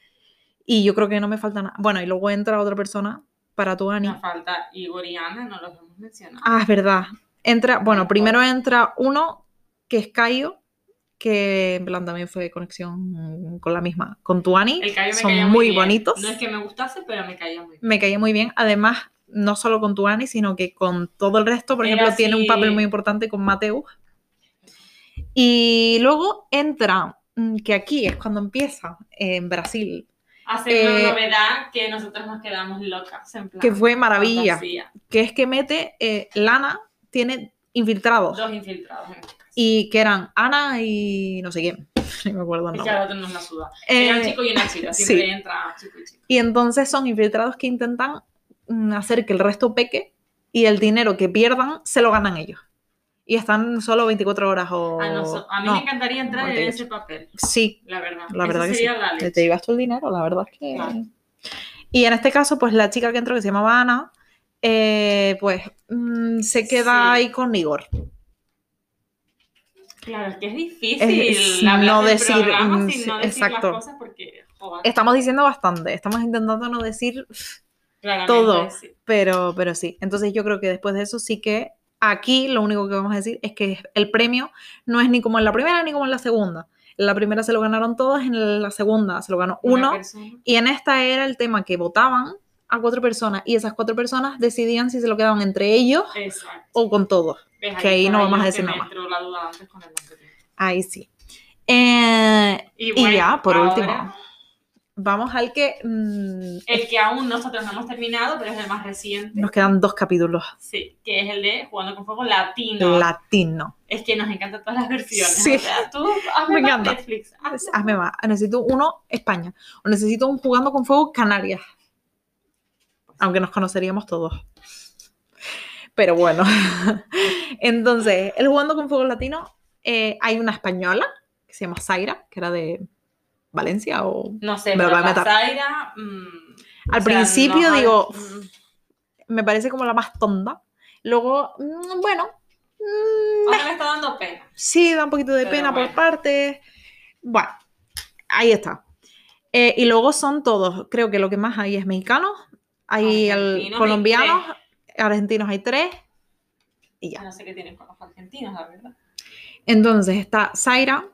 [SPEAKER 2] Y yo creo que no me falta nada. Bueno, y luego entra otra persona para tu Ani.
[SPEAKER 3] Nos falta Igor y Ana, no los hemos mencionado.
[SPEAKER 2] Ah, es verdad. Entra, bueno,
[SPEAKER 3] Mejor.
[SPEAKER 2] primero entra uno que es Caio, que en plan también fue conexión con la misma, con Tuani.
[SPEAKER 3] El Cayo me
[SPEAKER 2] Son
[SPEAKER 3] caía
[SPEAKER 2] muy
[SPEAKER 3] bien.
[SPEAKER 2] bonitos.
[SPEAKER 3] No es que me gustase, pero me caía muy bien.
[SPEAKER 2] Me caía muy bien. Además, no solo con Tuani, sino que con todo el resto. Por
[SPEAKER 3] Era
[SPEAKER 2] ejemplo, tiene un
[SPEAKER 3] así-
[SPEAKER 2] papel muy importante con Mateus. Y luego entra, mm, que aquí es cuando empieza, en Brasil,
[SPEAKER 3] Hacer
[SPEAKER 2] Eh,
[SPEAKER 3] una novedad que nosotros nos quedamos locas, en plan.
[SPEAKER 2] que fue maravilla,
[SPEAKER 3] fantasía.
[SPEAKER 2] que es que mete eh, Lana, tiene infiltrados.
[SPEAKER 3] Dos infiltrados. en este caso.
[SPEAKER 2] y que eran Ana y no sé quién. ni me acuerdo el
[SPEAKER 3] Es
[SPEAKER 2] nombre.
[SPEAKER 3] que al otro no es la suda.
[SPEAKER 2] Eh,
[SPEAKER 3] Era un chico y una chica, siempre
[SPEAKER 2] sí.
[SPEAKER 3] entra chico y chica.
[SPEAKER 2] Y entonces son infiltrados que intentan mm, hacer que el resto peque y el dinero que pierdan se lo ganan ellos. Y están solo 24 horas o...
[SPEAKER 3] A, noso- Ah, a mí
[SPEAKER 2] Oh, no.
[SPEAKER 3] me encantaría entrar en
[SPEAKER 2] 48.
[SPEAKER 3] ese papel,
[SPEAKER 2] Sí,
[SPEAKER 3] la verdad.
[SPEAKER 2] la verdad
[SPEAKER 3] Esa
[SPEAKER 2] que sí.
[SPEAKER 3] sería la
[SPEAKER 2] Que
[SPEAKER 3] leche.
[SPEAKER 2] Te ibas tú el dinero, la verdad es que...
[SPEAKER 3] Claro.
[SPEAKER 2] Y en este caso, pues la chica que entró, que se llamaba Ana, eh, pues mm, se queda
[SPEAKER 3] Sí.
[SPEAKER 2] ahí con Igor.
[SPEAKER 3] Claro, es que es difícil
[SPEAKER 2] Es-
[SPEAKER 3] hablar
[SPEAKER 2] no
[SPEAKER 3] del
[SPEAKER 2] decir,
[SPEAKER 3] programa
[SPEAKER 2] mm,
[SPEAKER 3] sin
[SPEAKER 2] sí,
[SPEAKER 3] no decir
[SPEAKER 2] exacto.
[SPEAKER 3] las cosas porque, joder,
[SPEAKER 2] Estamos diciendo bastante, estamos intentando no decir,
[SPEAKER 3] claramente
[SPEAKER 2] todo.
[SPEAKER 3] sí.
[SPEAKER 2] pero, pero sí. Entonces yo creo que después de eso sí que aquí lo único que vamos a decir es que el premio no es ni como en la primera ni como en la segunda. En la primera se lo ganaron todos, en la segunda se lo ganó
[SPEAKER 3] Una
[SPEAKER 2] uno.
[SPEAKER 3] persona.
[SPEAKER 2] Y en esta era el tema que votaban a cuatro personas y esas cuatro personas decidían si se lo quedaban entre ellos
[SPEAKER 3] Exacto.
[SPEAKER 2] o con todos.
[SPEAKER 3] Ves,
[SPEAKER 2] que ahí no
[SPEAKER 3] estaba
[SPEAKER 2] vamos
[SPEAKER 3] yo
[SPEAKER 2] a
[SPEAKER 3] que
[SPEAKER 2] decir
[SPEAKER 3] me
[SPEAKER 2] nada más.
[SPEAKER 3] entró la duda antes con el nombre.
[SPEAKER 2] Ahí sí. Eh,
[SPEAKER 3] Y,
[SPEAKER 2] y
[SPEAKER 3] bueno,
[SPEAKER 2] ya, por
[SPEAKER 3] ahora,
[SPEAKER 2] último, vamos al que mm,
[SPEAKER 3] El que aún nosotros no hemos terminado, pero es el más reciente.
[SPEAKER 2] nos quedan dos capítulos.
[SPEAKER 3] Sí, que es el de Jugando con Fuego Latino.
[SPEAKER 2] Latino.
[SPEAKER 3] Es que nos encantan todas las versiones.
[SPEAKER 2] Sí.
[SPEAKER 3] O sea, tú hazme
[SPEAKER 2] Me
[SPEAKER 3] más
[SPEAKER 2] encanta.
[SPEAKER 3] Netflix. Ah, hazme-
[SPEAKER 2] Hazme más. Necesito uno España. O necesito un jugando con fuego Canarias.
[SPEAKER 3] Pues
[SPEAKER 2] Aunque nos conoceríamos todos. Pero bueno. Entonces, el jugando con fuego latino, eh, hay una española que se llama Zaira, que era de Valencia o.
[SPEAKER 3] No sé,
[SPEAKER 2] Me lo
[SPEAKER 3] pero
[SPEAKER 2] voy a
[SPEAKER 3] la
[SPEAKER 2] matar.
[SPEAKER 3] Zaira, mm,
[SPEAKER 2] Al
[SPEAKER 3] o sea,
[SPEAKER 2] principio
[SPEAKER 3] no-
[SPEAKER 2] digo,
[SPEAKER 3] mm,
[SPEAKER 2] me parece como la más tonda. Luego, mm, bueno, mm,
[SPEAKER 3] Ahora me está dando pena.
[SPEAKER 2] Sí, da un poquito de
[SPEAKER 3] Pero
[SPEAKER 2] pena por
[SPEAKER 3] bueno.
[SPEAKER 2] partes. Bueno, ahí está. Eh, y luego son todos, creo que lo que más hay es mexicanos, hay al-
[SPEAKER 3] Argentinos,
[SPEAKER 2] colombianos, argentinos hay tres, y ya.
[SPEAKER 3] No sé qué tienen con los argentinos, la verdad.
[SPEAKER 2] Entonces está Zaira,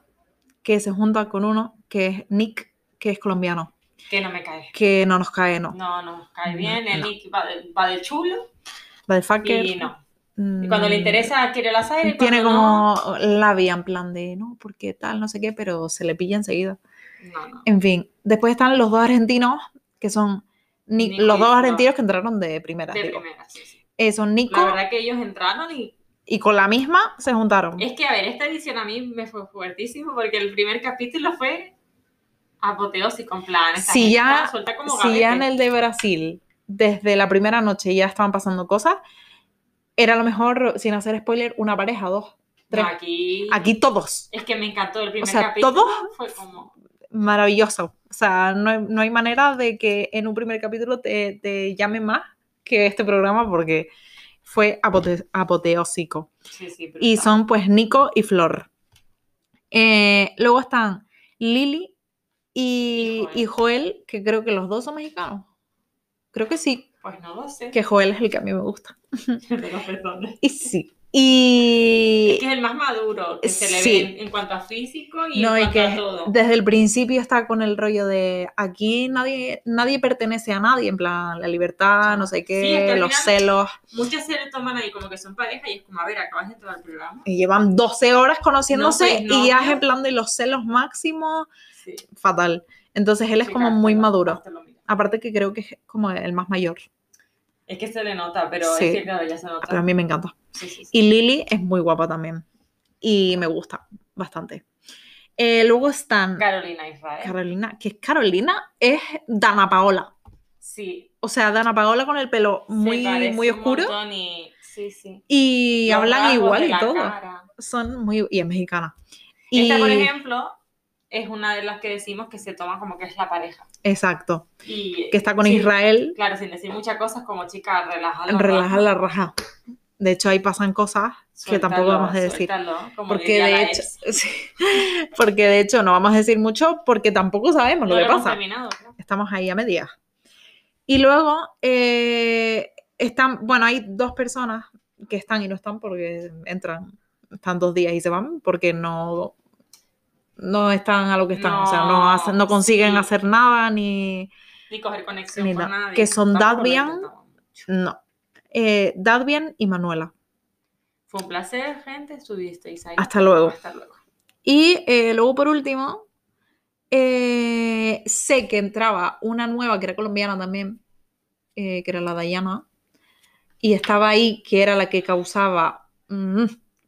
[SPEAKER 2] que se junta con uno, que es Nick, que es colombiano,
[SPEAKER 3] Que no me cae.
[SPEAKER 2] que no nos cae, no.
[SPEAKER 3] No, no, cae bien. El
[SPEAKER 2] No.
[SPEAKER 3] Nick va de, va de chulo
[SPEAKER 2] Motherfucker,
[SPEAKER 3] y no. Y cuando le
[SPEAKER 2] mm,
[SPEAKER 3] interesa, quiere la Zaira. y
[SPEAKER 2] Tiene
[SPEAKER 3] cuando
[SPEAKER 2] como labia en plan de, no, porque tal, no sé qué, pero se le pilla enseguida.
[SPEAKER 3] No, no, no.
[SPEAKER 2] En fin, después están los dos argentinos, que son Ni-
[SPEAKER 3] Nico
[SPEAKER 2] los
[SPEAKER 3] y
[SPEAKER 2] dos
[SPEAKER 3] Nico.
[SPEAKER 2] argentinos que entraron de primera.
[SPEAKER 3] De
[SPEAKER 2] digo.
[SPEAKER 3] primera, sí, sí.
[SPEAKER 2] Eh, son Nico
[SPEAKER 3] La verdad que ellos entraron y
[SPEAKER 2] y con la misma se juntaron.
[SPEAKER 3] Es que, a ver, esta edición a mí me fue fuertísimo porque el primer capítulo fue apoteósico, en plan. esta
[SPEAKER 2] Si
[SPEAKER 3] gente
[SPEAKER 2] ya-
[SPEAKER 3] estaba suelta como
[SPEAKER 2] si ya en
[SPEAKER 3] gavete.
[SPEAKER 2] el de Brasil, desde la primera noche ya estaban pasando cosas, era a lo mejor, sin hacer spoiler, una pareja, dos, tres.
[SPEAKER 3] No, aquí,
[SPEAKER 2] Aquí todos.
[SPEAKER 3] Es que me encantó el primer
[SPEAKER 2] sea,
[SPEAKER 3] capítulo.
[SPEAKER 2] todo-
[SPEAKER 3] Fue como.
[SPEAKER 2] Maravilloso. O sea, no hay, no hay manera de que en un primer capítulo te, te llamen más que este programa porque fue apote- apoteósico.
[SPEAKER 3] Sí, sí, brutal.
[SPEAKER 2] Y son pues Nico y Flor. Eh, luego están Lili y,
[SPEAKER 3] Y
[SPEAKER 2] y Joel, que creo que los dos son mexicanos. Creo que sí,
[SPEAKER 3] Pues no lo sé.
[SPEAKER 2] que Joel es el que a mí me gusta.
[SPEAKER 3] Pero perdón.
[SPEAKER 2] Y sí. Y
[SPEAKER 3] Es que es el más maduro que se le
[SPEAKER 2] Sí.
[SPEAKER 3] ve en, en cuanto a físico y
[SPEAKER 2] no,
[SPEAKER 3] en
[SPEAKER 2] y
[SPEAKER 3] cuanto
[SPEAKER 2] que
[SPEAKER 3] a todo.
[SPEAKER 2] desde el principio está con el rollo de aquí nadie, nadie pertenece a nadie, en plan la libertad, no sé
[SPEAKER 3] Sí, es que
[SPEAKER 2] qué,
[SPEAKER 3] al
[SPEAKER 2] los
[SPEAKER 3] final-
[SPEAKER 2] celos.
[SPEAKER 3] Muchas se le toman ahí como que son pareja y es como, a ver, acabas de entrar al programa.
[SPEAKER 2] Y llevan 12 horas conociéndose
[SPEAKER 3] No sois
[SPEAKER 2] y ya es
[SPEAKER 3] novios.
[SPEAKER 2] en plan de los celos máximos,
[SPEAKER 3] Sí.
[SPEAKER 2] fatal. Entonces él es como
[SPEAKER 3] Fíjate,
[SPEAKER 2] muy
[SPEAKER 3] lo-
[SPEAKER 2] maduro.
[SPEAKER 3] hasta lo mira.
[SPEAKER 2] Aparte que creo que es como el más mayor,
[SPEAKER 3] Es que se le nota, pero
[SPEAKER 2] Sí.
[SPEAKER 3] es que claro, ya se nota.
[SPEAKER 2] pero a mí me encanta.
[SPEAKER 3] Sí, sí, sí.
[SPEAKER 2] Y Lily es muy guapa también y me gusta bastante. Eh, luego están
[SPEAKER 3] Carolina Israel.
[SPEAKER 2] Carolina, que es Carolina, es Dana Paola.
[SPEAKER 3] sí.
[SPEAKER 2] O sea, Dana Paola con el pelo
[SPEAKER 3] se
[SPEAKER 2] muy,
[SPEAKER 3] parece
[SPEAKER 2] muy
[SPEAKER 3] un
[SPEAKER 2] oscuro
[SPEAKER 3] montón y- Sí, sí.
[SPEAKER 2] y
[SPEAKER 3] Los
[SPEAKER 2] hablan
[SPEAKER 3] rasgos
[SPEAKER 2] igual
[SPEAKER 3] de
[SPEAKER 2] y
[SPEAKER 3] la
[SPEAKER 2] todo.
[SPEAKER 3] cara.
[SPEAKER 2] Son muy... y es mexicana. Y,
[SPEAKER 3] Esta, por ejemplo, es una de las que decimos que se toma como que es la pareja.
[SPEAKER 2] exacto,
[SPEAKER 3] Y,
[SPEAKER 2] que está con
[SPEAKER 3] sí,
[SPEAKER 2] Israel,
[SPEAKER 3] Claro, sin decir muchas cosas, como chica, relaja la
[SPEAKER 2] relaja
[SPEAKER 3] raja,
[SPEAKER 2] la raja. De hecho, ahí pasan cosas que tampoco
[SPEAKER 3] suéltalo,
[SPEAKER 2] vamos a decir.
[SPEAKER 3] suéltalo, como
[SPEAKER 2] Porque
[SPEAKER 3] diría la
[SPEAKER 2] de, hecho,
[SPEAKER 3] ex.
[SPEAKER 2] sí, porque de hecho no vamos a decir mucho porque tampoco sabemos
[SPEAKER 3] No
[SPEAKER 2] lo que
[SPEAKER 3] hemos
[SPEAKER 2] pasa.
[SPEAKER 3] terminado, creo.
[SPEAKER 2] Estamos ahí a medias. Y luego eh, están, bueno, hay dos personas que están y no están porque entran, están dos días y se van porque no, no están a lo que están. o sea, no,
[SPEAKER 3] No,
[SPEAKER 2] hacen- no consiguen
[SPEAKER 3] sí.
[SPEAKER 2] hacer nada ni...
[SPEAKER 3] Ni coger conexión
[SPEAKER 2] Ni
[SPEAKER 3] con
[SPEAKER 2] nada.
[SPEAKER 3] nadie.
[SPEAKER 2] Que son
[SPEAKER 3] Tampoco lo
[SPEAKER 2] Dadbian.
[SPEAKER 3] intentamos.
[SPEAKER 2] No. Eh, Dadbian y Manuela.
[SPEAKER 3] Fue un placer, gente. Estuvisteis ahí.
[SPEAKER 2] Hasta luego.
[SPEAKER 3] Hasta luego.
[SPEAKER 2] Y eh, luego, por último, eh, sé que entraba una nueva que era colombiana también, eh, que era la Dayana, y estaba ahí, que era la que causaba mm,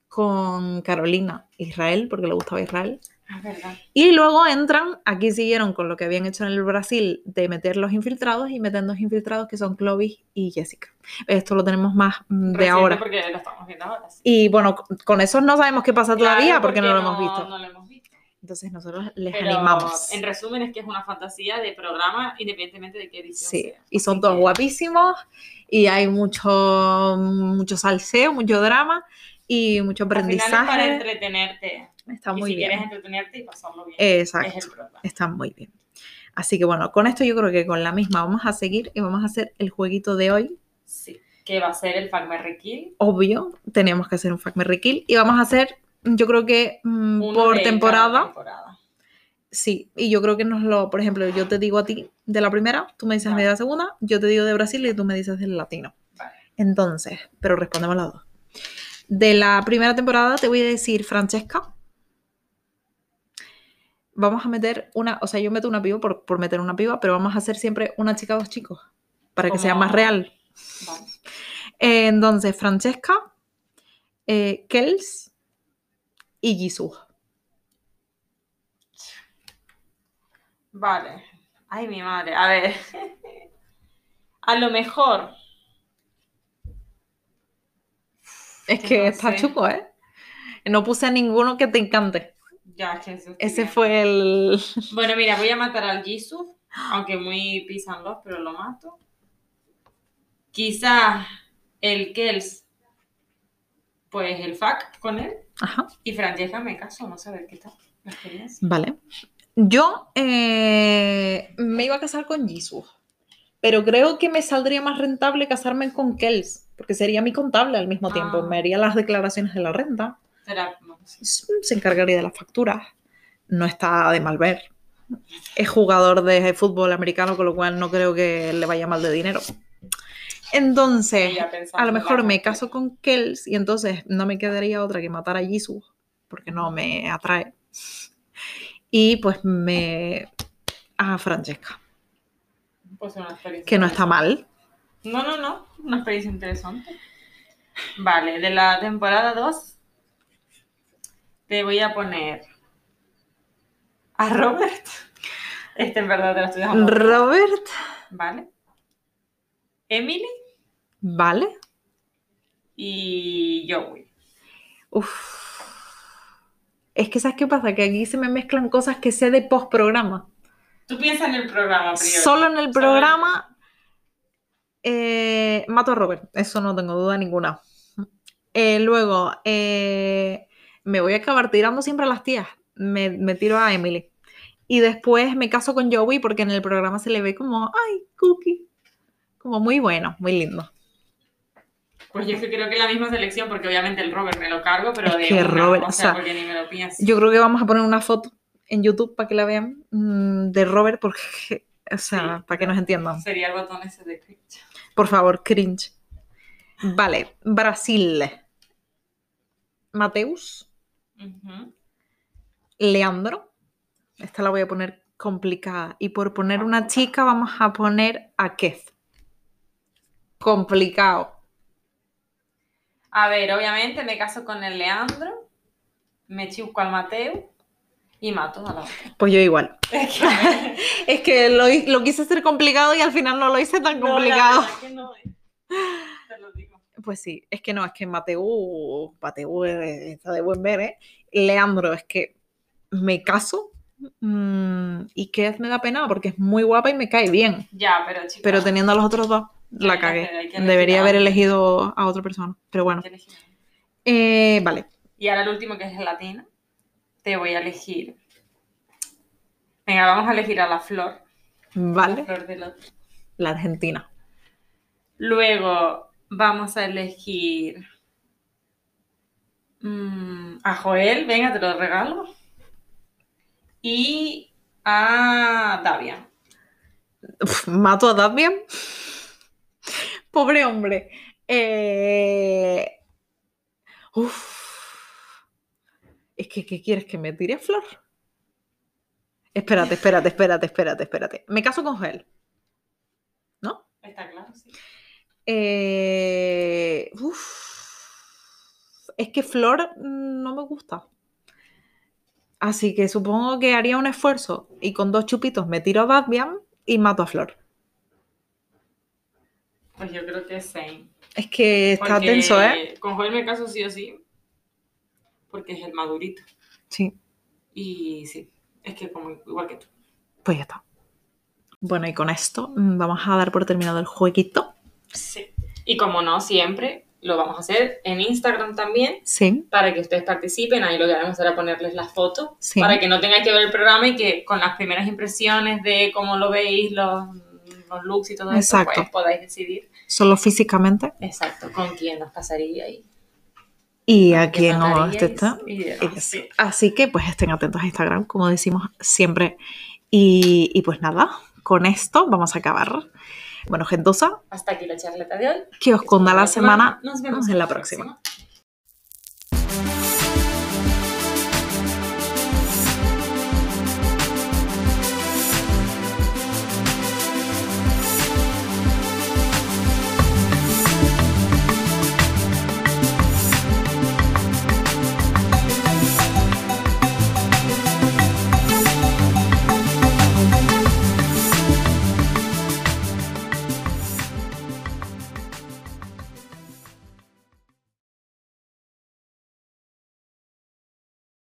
[SPEAKER 2] con Carolina Israel, porque le gustaba Israel.
[SPEAKER 3] Es verdad.
[SPEAKER 2] Y luego entran, aquí siguieron con lo que habían hecho en el Brasil de meter los infiltrados y meten dos infiltrados que son Clovis y Jessica. Esto lo tenemos más mm, de
[SPEAKER 3] Reciente
[SPEAKER 2] ahora.
[SPEAKER 3] Porque lo estamos viendo ahora. sí.
[SPEAKER 2] Y bueno, con- con esos no sabemos qué pasa todavía
[SPEAKER 3] Claro,
[SPEAKER 2] porque, no lo hemos visto.
[SPEAKER 3] no lo hemos visto.
[SPEAKER 2] Entonces nosotros les
[SPEAKER 3] Pero,
[SPEAKER 2] animamos.
[SPEAKER 3] En resumen, es que es una fantasía de programa independientemente de qué edición
[SPEAKER 2] Sí,
[SPEAKER 3] sea.
[SPEAKER 2] y son
[SPEAKER 3] Así
[SPEAKER 2] todos
[SPEAKER 3] que-
[SPEAKER 2] guapísimos y hay mucho, mucho salseo, mucho drama y mucho
[SPEAKER 3] Al final es para
[SPEAKER 2] aprendizaje.
[SPEAKER 3] entretenerte.
[SPEAKER 2] Está
[SPEAKER 3] y
[SPEAKER 2] muy
[SPEAKER 3] si quieres
[SPEAKER 2] bien.
[SPEAKER 3] entretenerte y pasarlo bien. Es
[SPEAKER 2] Exacto,
[SPEAKER 3] el programa.
[SPEAKER 2] está muy bien. Así que bueno, con esto yo creo que con la misma vamos a seguir y vamos a hacer el jueguito de hoy.
[SPEAKER 3] Sí. Que va a ser el Fuck Marry, Kill.
[SPEAKER 2] Obvio, tenemos que hacer un Fuck Merry Kill y vamos a hacer, yo creo que mm,
[SPEAKER 3] Uno
[SPEAKER 2] por
[SPEAKER 3] de cada
[SPEAKER 2] temporada.
[SPEAKER 3] temporada.
[SPEAKER 2] Sí, y yo creo que nos lo, por ejemplo, yo te digo a ti de la primera, tú me dices
[SPEAKER 3] Vale.
[SPEAKER 2] de la segunda, yo te digo de Brasil y tú me dices del latino.
[SPEAKER 3] Vale.
[SPEAKER 2] Entonces, pero respondemos las dos. De la primera temporada te voy a decir Francesca. Vamos a meter una, o sea, yo meto una piba por, por meter una piba, pero vamos a hacer siempre una chica dos chicos, para que sea
[SPEAKER 3] Como-
[SPEAKER 2] más real.
[SPEAKER 3] Vale.
[SPEAKER 2] Eh, entonces, Francesca, eh, Kels y Jisoo.
[SPEAKER 3] Vale. Ay, mi madre. A ver. A lo mejor.
[SPEAKER 2] Es
[SPEAKER 3] Que
[SPEAKER 2] que
[SPEAKER 3] no
[SPEAKER 2] está
[SPEAKER 3] sé.
[SPEAKER 2] chuco, ¿eh? No puse a ninguno que te encante.
[SPEAKER 3] Ya, es que eso estoy
[SPEAKER 2] Ese
[SPEAKER 3] bien.
[SPEAKER 2] fue el...
[SPEAKER 3] Bueno, mira, voy a matar al Jisoo. Aunque muy pisanlos, pero lo mato. Quizás el Kels. Pues el Fuck con él.
[SPEAKER 2] Ajá,
[SPEAKER 3] Y Francesca me caso. No sé a ver qué tal. la experiencia.
[SPEAKER 2] vale. Yo eh, me iba a casar con Jisoo, pero creo que me saldría más rentable casarme con Kels, porque sería mi contable al mismo tiempo.
[SPEAKER 3] Ah.
[SPEAKER 2] Me haría las declaraciones de la renta,
[SPEAKER 3] Será- no sé.
[SPEAKER 2] se encargaría de las facturas, no está de mal ver. Es jugador de fútbol americano, con lo cual no creo que le vaya mal de dinero. Entonces,
[SPEAKER 3] Ella
[SPEAKER 2] Eh, a
[SPEAKER 3] pensando
[SPEAKER 2] lo
[SPEAKER 3] en la
[SPEAKER 2] mejor me
[SPEAKER 3] mujer.
[SPEAKER 2] caso con Kels y entonces no me quedaría otra que matar a Jisoo porque no me atrae. Y pues me a Francesca,
[SPEAKER 3] Pues una experiencia
[SPEAKER 2] que no está mal.
[SPEAKER 3] No, no, no. Una experiencia interesante. Vale, de la temporada 2 te voy a poner a Robert. Este en verdad te lo estoy dejando.
[SPEAKER 2] Robert,
[SPEAKER 3] Vale. Emily
[SPEAKER 2] vale.
[SPEAKER 3] y Joey.
[SPEAKER 2] Uf. Es que sabes qué pasa, que aquí se me mezclan cosas que sé de post programa.
[SPEAKER 3] Tú piensas en el programa, primero.
[SPEAKER 2] Solo en el programa eh, mato a Robert, eso no tengo duda ninguna. Eh, luego, eh, me voy a acabar tirando siempre a las tías, me, me tiro a Emily. Y después me caso con Joey porque en el programa se le ve como, ay, cookie. Como muy bueno, muy lindo.
[SPEAKER 3] Pues yo es que creo que es la misma selección, porque obviamente el Robert me lo cargo, pero
[SPEAKER 2] Es
[SPEAKER 3] de
[SPEAKER 2] que
[SPEAKER 3] una,
[SPEAKER 2] Robert,
[SPEAKER 3] o
[SPEAKER 2] o
[SPEAKER 3] sea,
[SPEAKER 2] sea,
[SPEAKER 3] porque ni me lo pienso.
[SPEAKER 2] Yo creo que vamos a poner una foto en YouTube para que la vean mm, de Robert porque, o sea,
[SPEAKER 3] Sí.
[SPEAKER 2] para que nos entiendan.
[SPEAKER 3] Sería el botón ese de cringe.
[SPEAKER 2] Por favor, cringe. Vale, Brasil. Mateus,
[SPEAKER 3] Ujú.
[SPEAKER 2] Leandro. Esta la voy a poner complicada. Y por poner una chica, vamos a poner a Kez. Complicado.
[SPEAKER 3] A ver, obviamente me caso con el Leandro, me chusco al Mateo y mato a la otra.
[SPEAKER 2] Pues yo igual.
[SPEAKER 3] Es que-
[SPEAKER 2] Es que lo, hi- lo quise hacer complicado y al final no lo hice tan
[SPEAKER 3] No, la
[SPEAKER 2] complicado.
[SPEAKER 3] verdad que no, eh. Te lo digo.
[SPEAKER 2] Pues sí, es que no, es que Mateu, Mateu eh, está de buen ver, ¿eh? Leandro, es que me caso mm, y que me da pena porque es muy guapa y me cae bien,
[SPEAKER 3] Ya, pero chicos.
[SPEAKER 2] pero teniendo a los otros dos, la
[SPEAKER 3] Hay que hacer, hay
[SPEAKER 2] cagué.
[SPEAKER 3] que elegir
[SPEAKER 2] Debería
[SPEAKER 3] a
[SPEAKER 2] haber
[SPEAKER 3] alguien.
[SPEAKER 2] elegido a otra persona, pero bueno. Eh, vale,
[SPEAKER 3] Y ahora el último que es el latino, te voy a elegir. Venga, vamos a elegir a la flor. La
[SPEAKER 2] vale,
[SPEAKER 3] flor del otro.
[SPEAKER 2] la Argentina.
[SPEAKER 3] Luego vamos a elegir mm, a Joel, venga, te lo regalo. Y a Davian.
[SPEAKER 2] Uf, mato a Damian. Pobre hombre. Eh, Uf. Es que, ¿qué quieres que me tire a flor? Espérate, espérate, espérate, espérate, espérate. Me caso con Joel. ¿No?
[SPEAKER 3] Está claro, sí.
[SPEAKER 2] Eh, uf. Es que Flor mm, no me gusta. Así que supongo que haría un esfuerzo y con dos chupitos me tiro a Batman y mato a Flor.
[SPEAKER 3] Pues yo creo que es Zane.
[SPEAKER 2] Es que está
[SPEAKER 3] Porque
[SPEAKER 2] tenso, ¿eh?
[SPEAKER 3] Con Joel me caso sí o sí. Porque es el madurito.
[SPEAKER 2] Sí,
[SPEAKER 3] Y sí, es que como igual que tú.
[SPEAKER 2] pues ya está. Bueno, y con esto mm, vamos a dar por terminado el jueguito.
[SPEAKER 3] Sí. Y como no, siempre lo vamos a hacer en Instagram también.
[SPEAKER 2] Sí,
[SPEAKER 3] Para que ustedes participen, ahí lo que haremos será ponerles las fotos.
[SPEAKER 2] Sí.
[SPEAKER 3] Para que no tengáis que ver el programa y que con las primeras impresiones de cómo lo veis, los, los looks y todo
[SPEAKER 2] Exacto.
[SPEAKER 3] eso, pues podáis decidir
[SPEAKER 2] solo físicamente.
[SPEAKER 3] exacto con quién nos casaría y
[SPEAKER 2] Y aquí en
[SPEAKER 3] mataríais
[SPEAKER 2] este está.
[SPEAKER 3] y demás.
[SPEAKER 2] Eso.
[SPEAKER 3] Sí.
[SPEAKER 2] Así que pues estén atentos a Instagram, como decimos siempre. Y, y pues nada, con esto vamos a acabar. Bueno, gentosa,
[SPEAKER 3] Hasta aquí la charleta de hoy.
[SPEAKER 2] que os conda la semana.
[SPEAKER 3] Nos
[SPEAKER 2] vemos en la próxima.